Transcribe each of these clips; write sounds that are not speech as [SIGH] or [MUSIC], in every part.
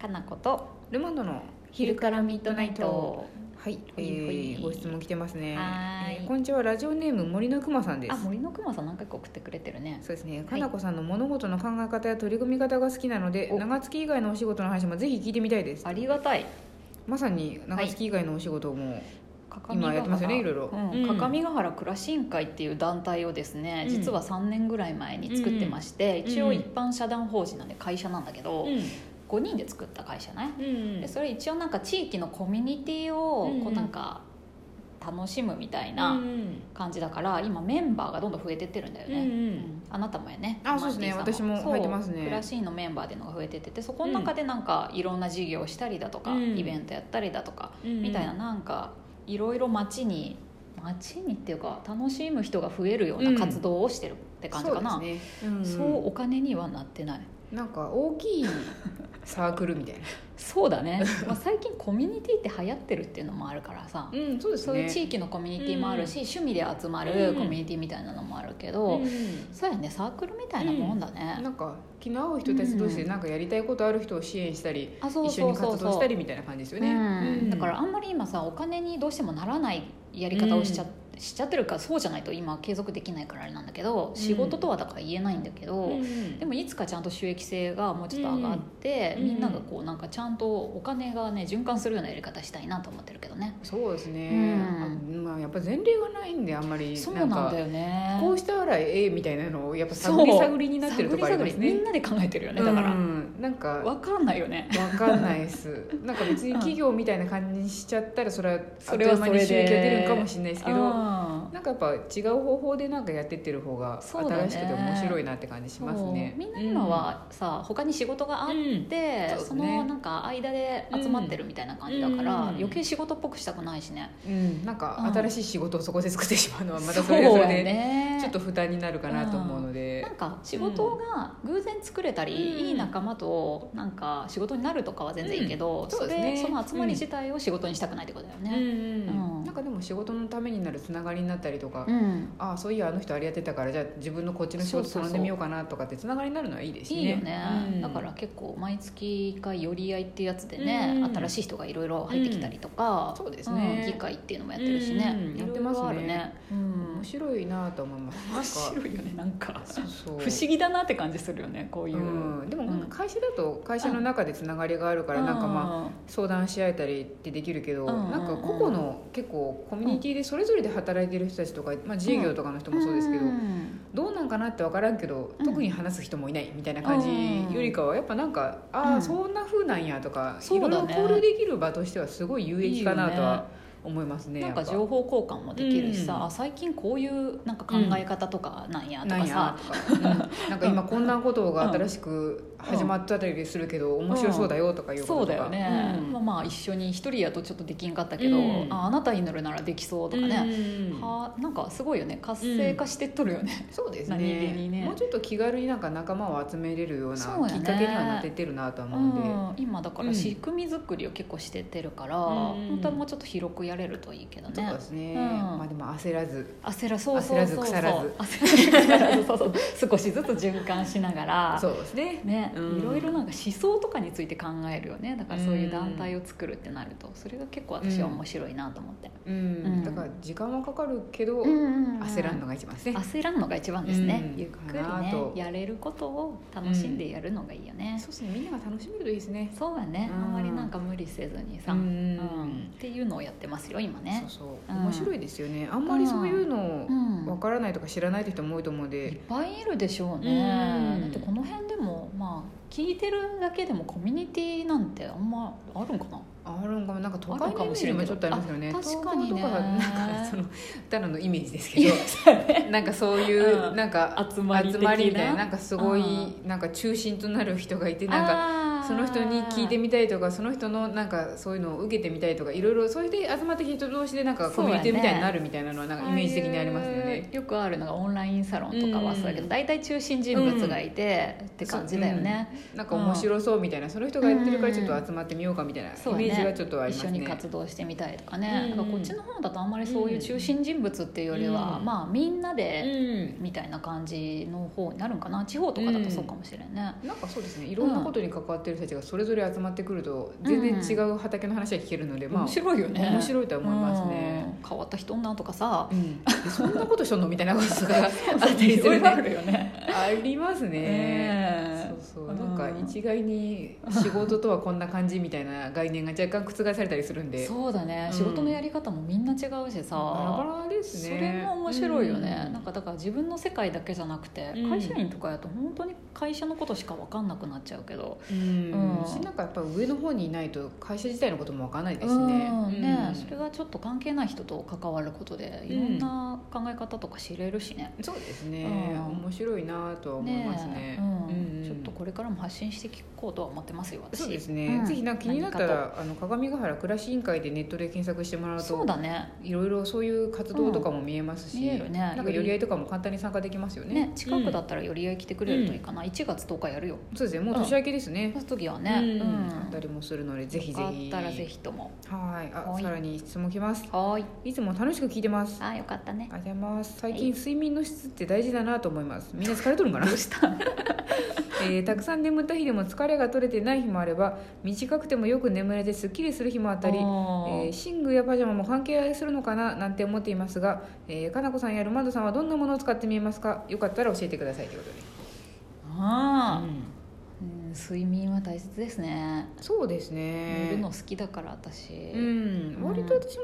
かなことルマンドの昼からミッドナイトはい、ほえいー、ほいご質問来てますね、はーいえーこんにちはラジオネーム森のくまさんであす森のくまさん何回か送ってくれてるねそうですね、かなこさんの物事の考え方や取り組み方が好きなのでお長月以外のお仕事の話もぜひ聞いてみたいですありがたいまさに長月以外のお仕事も、鏡ヶ今原やってますよねいろいろうんうん各務原クラシン会っていう団体をですね、うん実は3年ぐらい前に作ってまして、うん一応一般社団法人なんで会社なんだけど、うん5人で作った会社ねうんでそれ一応なんか地域のコミュニティをうんこううんなんか楽しむみたいうんなうん感じだから今メンバーがどんどん増えてってるんだよね、うんうんあなたもやねあそうですねマーティンさん私も入ってますねそうクラシーンのメンバーでのが増えてっててそこの中でなんかいろんな事業をしたりだとか、うんイベントやったりだとか、うんみたいななんかいろいろ街に街にっていうか楽しむ人が増えるような活動をしてるって感じかな、そうそうですね、うんお金にはなってないなんか大きいサークルみたいなそうだ [LAUGHS] ね、まあ、最近コミュニティって流行ってるっていうのもあるからさ、うんそうですそういう地域のコミュニティもあるし、趣味で集まうるんコミュニティみたいなのもあるけど、うそうやねサークルみたいなもんだね、ん、なんか気の合う人たち同士でなんかやりたいことある人を支援したり、あそう一そ緒にうそう活そ動したうりみたいな感じですようね、んだからああんまり今さお金にどうしてもならないやり方をしちゃ,、しちゃってるからそうじゃないと今継続できないからあれなんだけどん仕事とはだから言えないんだけど、でももいつかちゃんと収益性がもうちょっと上がって、うんみんながこうなんかちゃんとお金がね循環するようなやり方したいなと思ってるけどねそうですね、うんあまあやっぱ前例がないんであんまりそうなんだよねなんかこうしたらええみたいなのをやっぱそ探うり探りになってるとこあり探まりす探りみねんなで考えてるよねだから、わうん、なんかわかんないよねかんないです [LAUGHS] なんか別に企業みたいな感じにしちゃったらそれはあっという間に収それは益それがで出るかもしれないですけどうんなんかやっぱ違う方法でなんかやってってる方がそうだね新しくて面白いなって感じしますねそうみんな今はさ、他に仕事があっうんて、そうでそすねのなんか間で集まってるみたいな感じだから、うん余計仕事っぽくしたくないしね、うん、なんか新しい仕事をそこで作ってしまうのはまたそそうれはそれやでねちょっと負担になるかなと思うのでなんか仕事が偶然作れたり、うんいい仲間となんか仕事になるとかは全然いいけど、んそそうれですでねその集まり自体を仕事にしたくないってことだようんね、うんうんなんかでも仕事のためになるつながりになったりとか、うんああそういやあの人あれやってたからじゃあ自分のこっちの仕そう事そうそう頼んでみようかなとかってつながりになるのはいいですしねいいよね、うんだから結構毎月1回寄り合いっていうやつでね、うん新しい人がいろいろ入ってきたりとか、そうですねん議会っていうのもやってるしね、うんやっていろますいねろあるね、うん面、白いなと思いますなんかいよねなんかそうそう不思議だなって感じするよねこういう、うん、でもなんか会社だと会社の中でつながりがあるからなんかまあ相談し合えたりってできるけど、うんうんうんなんか個々の結構コミュニティでそれぞれで働いてる人たちとか、まあ、自営業とかの人もそうですけど、んどうなんかなって分からんけど、うん特に話す人もいないみたいな感じよりかはやっぱなんか、あうあんそんな風なんやとか、そいうろいだろね交流できる場としてはすごい有益かなとは思いますね。なんやかっぱ情報交換もできるしさ、うんあ最近こういうなんか考え方とかなんやとなかんやさ、とか、うんなんか今こんなことが新しく始まったりするけど、面白そうだよとかいうそこうとだとかよね、うんまあ、まあ一緒に一人やとちょっとできんかったけど、うんああなたに乗るならできそうとかね、うんはなんかすごいよね活性化してっとるよね、そうです何気にねねもうちょっと気軽になんか仲間を集めれるようなきっそうやねかけにはなってってるなとは思うんで、うん今だから仕組み作りを結構してってるから、ん本当はもうちょっと広くやれるといいけどそうねですね、うんまあでも焦らず焦らそうそうそうそう焦らず焦らず腐らずそうそう少しずつ循環しながらそうですねね、うんいろいろなんか思想とかについて考えるよねだからそういう団体を作るってなるとそれが結構私は面白いなと思って、うん、うんだから時間はかかるけど、焦らんのがが一番ですね、焦らんのが一番ですね、うんゆっくりかなねとやれることを楽しんでやるのがいいよね、そうですねみんなが楽しめるといいですねそうだね、うんあんまりなんか無理せずにさ、うんうんっていうのをやってますよ今ねそうそううん面白いですよね、あんまりそういうのうんわからないとか知らないという人も多いと思うのいっで、ぱいいるでしょうね、うんだってこの辺でもまあ聞いてるだけでもコミュニティなんてあんまあるんかなあるんかもなんか都あ会るかのイもメしーれんけジもどちょっとありますよねあ確かにね東京とかなんかそのただのイメージですけどなんかそういう、うんなんか集まり的集なまりみたいななんかすごい、うなんか中心となる人がいてなんかかその人に聞いてみたいとかその人のなんかそういうのを受けてみたいとかいろいろそういう人集まってきた人同士でなんかコミュニティみたいになるみたいなのはなんかイメージ的にありますよね。よくあるのがオンラインサロンとかはそうだけど、うん大体中心人物がいて、って感じだよね、なんか面白そうみたいなその人がやってるからちょっと集まってみようかみたいなイそうだねメージはちょっとあります一緒にね。活動してみたいとかね、うんなんかこっちの方だとあんまりそういう中心人物っていうよりは、うんまあみんなうでんみたいな感じの方になるんかな地方とかだとそうかもしれんね、なんかそうですねいろんなことに関わってる人たちがそれぞれ集まってくると全然違う畑の話は聞けるので、まあ面白いよね面白いとは思いますね、うん変わった人女とかさうんそんなことしょんのみたいなことがあったりいすろい [LAUGHS] るろあ [LAUGHS] ねるよねありますねねえそうそううんなんか一概に仕事とはこんな感じみたいな概念が若干覆されたりするんでそうだね、うん仕事のやり方もみんな違うしさバラバラですそねれも面白いよね、うんなんかだから自分の世界だけじゃなくて、うん会社員とかやと本当に会社のことしか分かんなくなっちゃうけど、うんうんしなんかやっぱ上の方にいないと会社自体のこともわかんないですうんね,、うんねそれがちょっと関係ない人と関わることでいろんな考え方とか知れるしね、そうですね、うん面白いなとは思いますねねうんうんうんちょっとこれからも発信して聞こうとは思ってますよ私そうですね、うんぜひなんか気になった何からあの鏡ヶ原暮らし委員会でネットで検索してもらうそうとだねいろいろそういう活動とかも見えますし、見えるねなんか寄り合いとかも簡単に参加できますよねね近くだうんったら寄り合い来てくれるといいかな、1月10日やるよそうですねもう年明けですねそ、の時はね、うんうんあったりもするのでぜひぜよかひったらぜひともはいあはいさらに質問きますはーいいつも楽しく聞いてますあーよかったねありがとうございます最近睡眠の質って大事だなと思 [LAUGHS] いますみんな疲れとるんかな、 [LAUGHS] えーたくさん眠った日でも疲れが取れてない日もあれば短くてもよく眠れてすっきりする日もあったり、えあーー寝具やパジャマも関係するのかななんて思っていますが、えーかなこさんやルマンドさんはどんなものを使ってみますかよかったら教えてくださいということで、あーうん、睡眠は大切ですねそうです寝ねるの好きだから私ううん、ん割と私も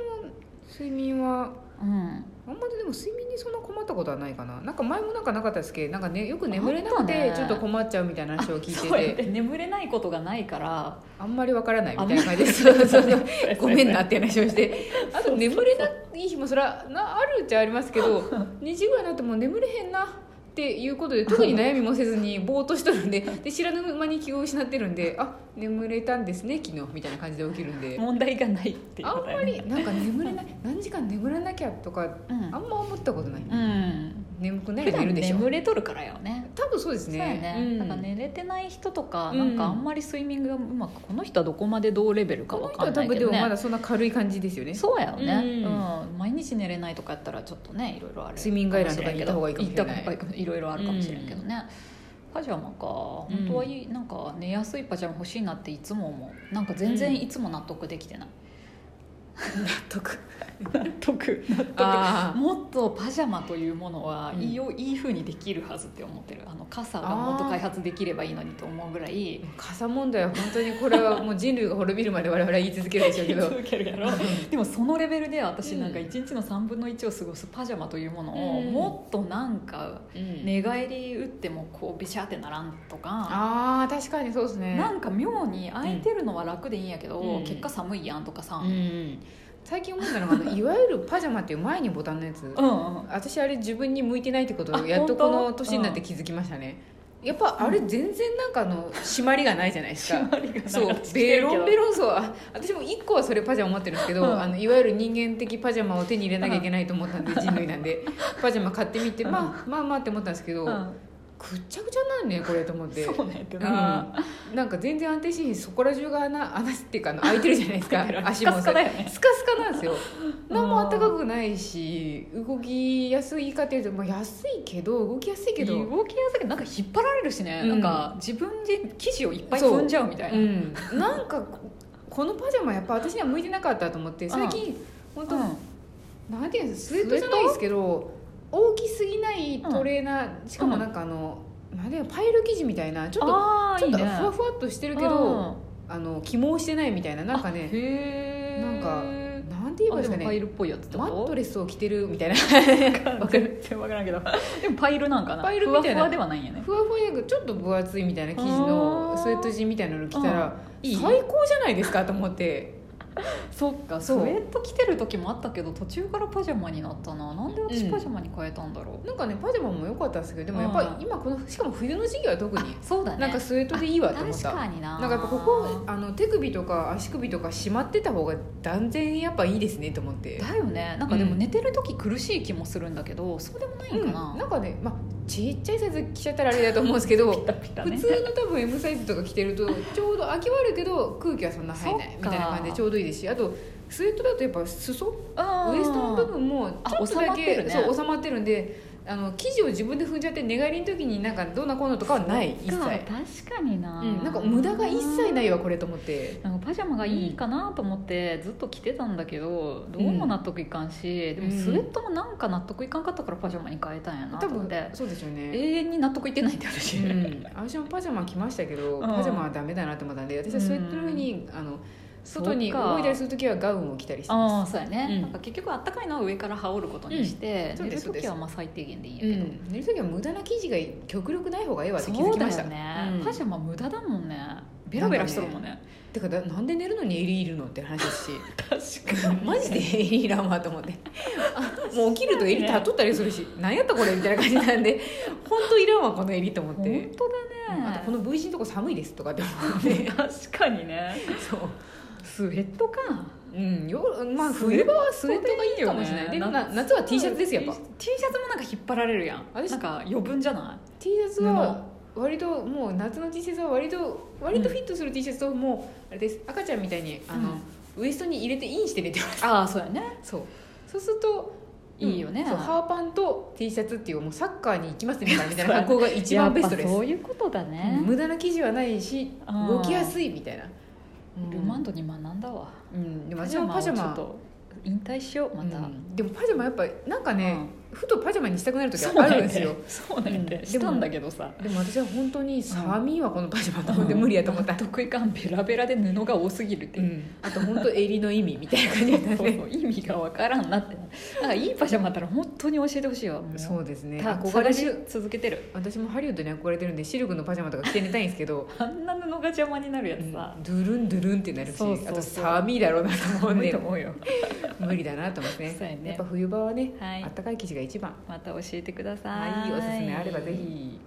睡眠はあんまりでも睡眠にそんな困ったことはないかななんか前もなんかなかったですけどなんか、ね、よく眠れなくあったてねちょっと困っちゃうみたいな話を聞そうやいっててて眠れないことがないからあんまりわからないみたいな感じでそうそうそうごめんなっていう話を [LAUGHS] してあと眠れない日もそれはなあるっちゃあります [LAUGHS] けど2時ぐらいになってもう眠れへんなっていうことで特に悩みもせずにぼーっとしとるんでで知らぬ間に気を失ってるんであ眠れたんですね昨日みたいな感じで起きるんで問題がないっていうあこんとだまよねりなんか [LAUGHS] 眠れない何時間眠らなきゃとかあんま思ったことないうん、うん、眠くない普ら寝る段でしょ眠れとるからよね多分そうですそうねやね、うんなんか寝れてない人とか、うんなんかあんまり睡眠がうまくこの人はどこまで同レベルかこのわ人かはん多ない分けでどもまねだそんな軽い感じですよねそうやよね、ううんん毎日寝れないとかやったらちょっとねいろいろある睡眠外来とかに行った方がいいかもしれない行った方がいかもいろいろあるかもしれんけどね、パジャマか本当はいいなんか寝やすいパジャマ欲しいなっていつも思うなんか全うん然いつも納得できてない、納得納 [LAUGHS] 得納あーもっとパジャマというものはうんいいよ、いい風にできるはずって思ってるあの傘がもっと開発できればいいのにと思うぐらい傘問題は本当にこれはもう人類が滅びるまで我々は言い続けるでしょうけ言いど続けるやろ [LAUGHS] でもそのレベルで私なんかうん1日の3分の1を過ごすパジャマというものをうんもっとなんかうん寝返り打ってもこうビシャってならんとか、あー確かにそうですねなんか妙に空いてるのは楽でいいんやけど、うん結果寒いやんとかさ、うんうん最近思ったのがあ [LAUGHS] のいわゆるパジャマっていう前にボタンのやつうんうん私あれ自分に向いてないってことをあやっと本こ当の年になって気づきましたねやっぱあれ全然なんかあの締まりがないじゃないですかそうベロンベロロンそうあ私も1個はそれパジャマ持ってるんですけど、うんあのいわゆる人間的パジャマを手に入れなきゃいけないと思ったんで、人類なん [LAUGHS] でパジャマ買ってみて、まあ、まあまあって思ったんですけど、くっちゃくちゃなのねこれと思ってそうねってうんな、なんか全然安定しへんそこら中が穴穴っていうかあの開いてるじゃな [LAUGHS] いですか足足ももスカだよねスカスカなんです [LAUGHS] よ何も暖かくないし動きやすいかっていうと、まあ、安いけど動きやすいけど動きやすいけどなんか引っ張られるしね、うんなんか自分で生地をいっぱい踏んじゃうみたいな、うん、なんかここのパジャマやっぱ私には向いてなかったと思って最近、本当、うんなんていうんですかスウェットじゃないですけど大きすぎないトレーナー、しかもなんかあの、なんていうのパイル生地みたいなちょっとあーちょっといふいねわふわっとしてるけうんど、あの起毛してないみたいななんかへねえなんかかなんて言えばいでいですもかパイねルっぽいやつってこマとットレスを着てるみたいな [LAUGHS] わかる全然わからんけどでもパイルなんかなパイルみたいなふわふわではないんやねふわふわやけどちょっと分厚いみたいな生地のあースウェット地みたいなの着たら、うんいい最高じゃないですかと思ってそっかスそうウェット着てる時もあったけど途中からパジャマになったななんでう私んパジャマに変えたんだろう、なんかねパジャマも良かったんですけどでもやっぱり今このしかも冬の時期は特にそうだねなんかスウェットでいいわと思っ確たかにななんかやっぱここあの手首とか足首とか締まってた方が断然やっぱいいですねと思ってだよねなんかでもうん寝てる時苦しい気もするんだけど、そうでもないんうかんな、なんかねまあちっちゃいサイズ着ちゃったらあれだと思うんですけどだった普ね通の多分 M サイズとか着てるとちょうど秋はあるけど空気はそんな入らないそっみかたいな感じでちょうどいいですしあとスウェットだとやっぱ裾あーウエストの部分もちょっとあ収まだってけるねそう収まってるんであの生地を自分で踏んじゃって寝返りの時になんかどうなこうのとかはない一切、確かにな、うん、なんか無駄が一切ないわこれと思ってなんかパジャマがいいかなと思ってずっと着てたんだけど、どうも納得いかんし、でもスウェットもなんか納得いかんかったからパジャマに変えたんやな多と思っ分てそうですよね永遠に納得いってないんだよ私、うん、私もパジャマ着ましたけど、うんパジャマはダメだなと思ったんで私はそういう時に、あの外に動いたりする時はガウンを着たりしてあまあすそうやね、うんなんか結局あったかいのは上から羽織ることにして、うんそう寝でるす時はまあ最低限でいいんやうけど、ん、寝る時は無駄な生地が極力ない方がええわって気そづうきだましたよね、うんパジャマ無駄だもんねベラベラしとるもんねてかだなんで寝るのに襟いるのって話です [LAUGHS] し確マジで襟いらんわと思 [LAUGHS] ってあもう起きると襟立っとったりするし何やったこれみたいな感じなん [LAUGHS] で本当いらんわこの襟と思っ本て、当あだとこね、の [LAUGHS] V 字のとこ寒いですとかって思って確かにねそうスウェットか [LAUGHS] うん、よまあ冬場はスウェットがいいかもしれないスウェットでいいでよねな夏は T シャツですやっぱ T, T シャツもなんか引っ張られるやん私なんか余分じゃない T シャツは割ともう夏の T シャツは割と割とフィットする T シャツをもうあれです赤ちゃんみたいにあの、ウエストに入れてインして寝てますああそうやねそうそうするといいよねうんそうハーパンと T シャツっていうもうサッカーに行きますねみたいなみたいなそう [LAUGHS] 格好が一番ベストでやっすぱそういうことだね、無駄な生地はないしあー動きやすいみたいな、うんルマンドに学んだわうん、でも私もパジャをちょマっと引退しようまた、うんでもパジャマやっぱなんかね、ふとパジャマにしたくなる時そうはあなんるんでですすよよそうなんうでんしたんだけどさでも私は本当に寒いわこのパジャマと思って無理やと思った、得意感ベラベラで布が多すぎるってういう、ん、あと本当襟の意味みたいな感じだそうっそたうね意味がわからんなってなんかいいパジャマあったら本当に教えてほしいわもう [LAUGHS] そうですねた憧憧れれてる続けてる私もハリウッドに憧れてるんでシルクのパジャマとか着て寝たいんですけど、あんな布が邪魔になるやうつんドさ、ゥルンドゥルンってなるしそうそうそうあと寒いだろうなと思うん寒いでと思うよ無理だなと思ってそうやねね [LAUGHS] やっぱ冬場はね、はいあったかい生地が一番また教えてくださいはいおすすめあればぜひ。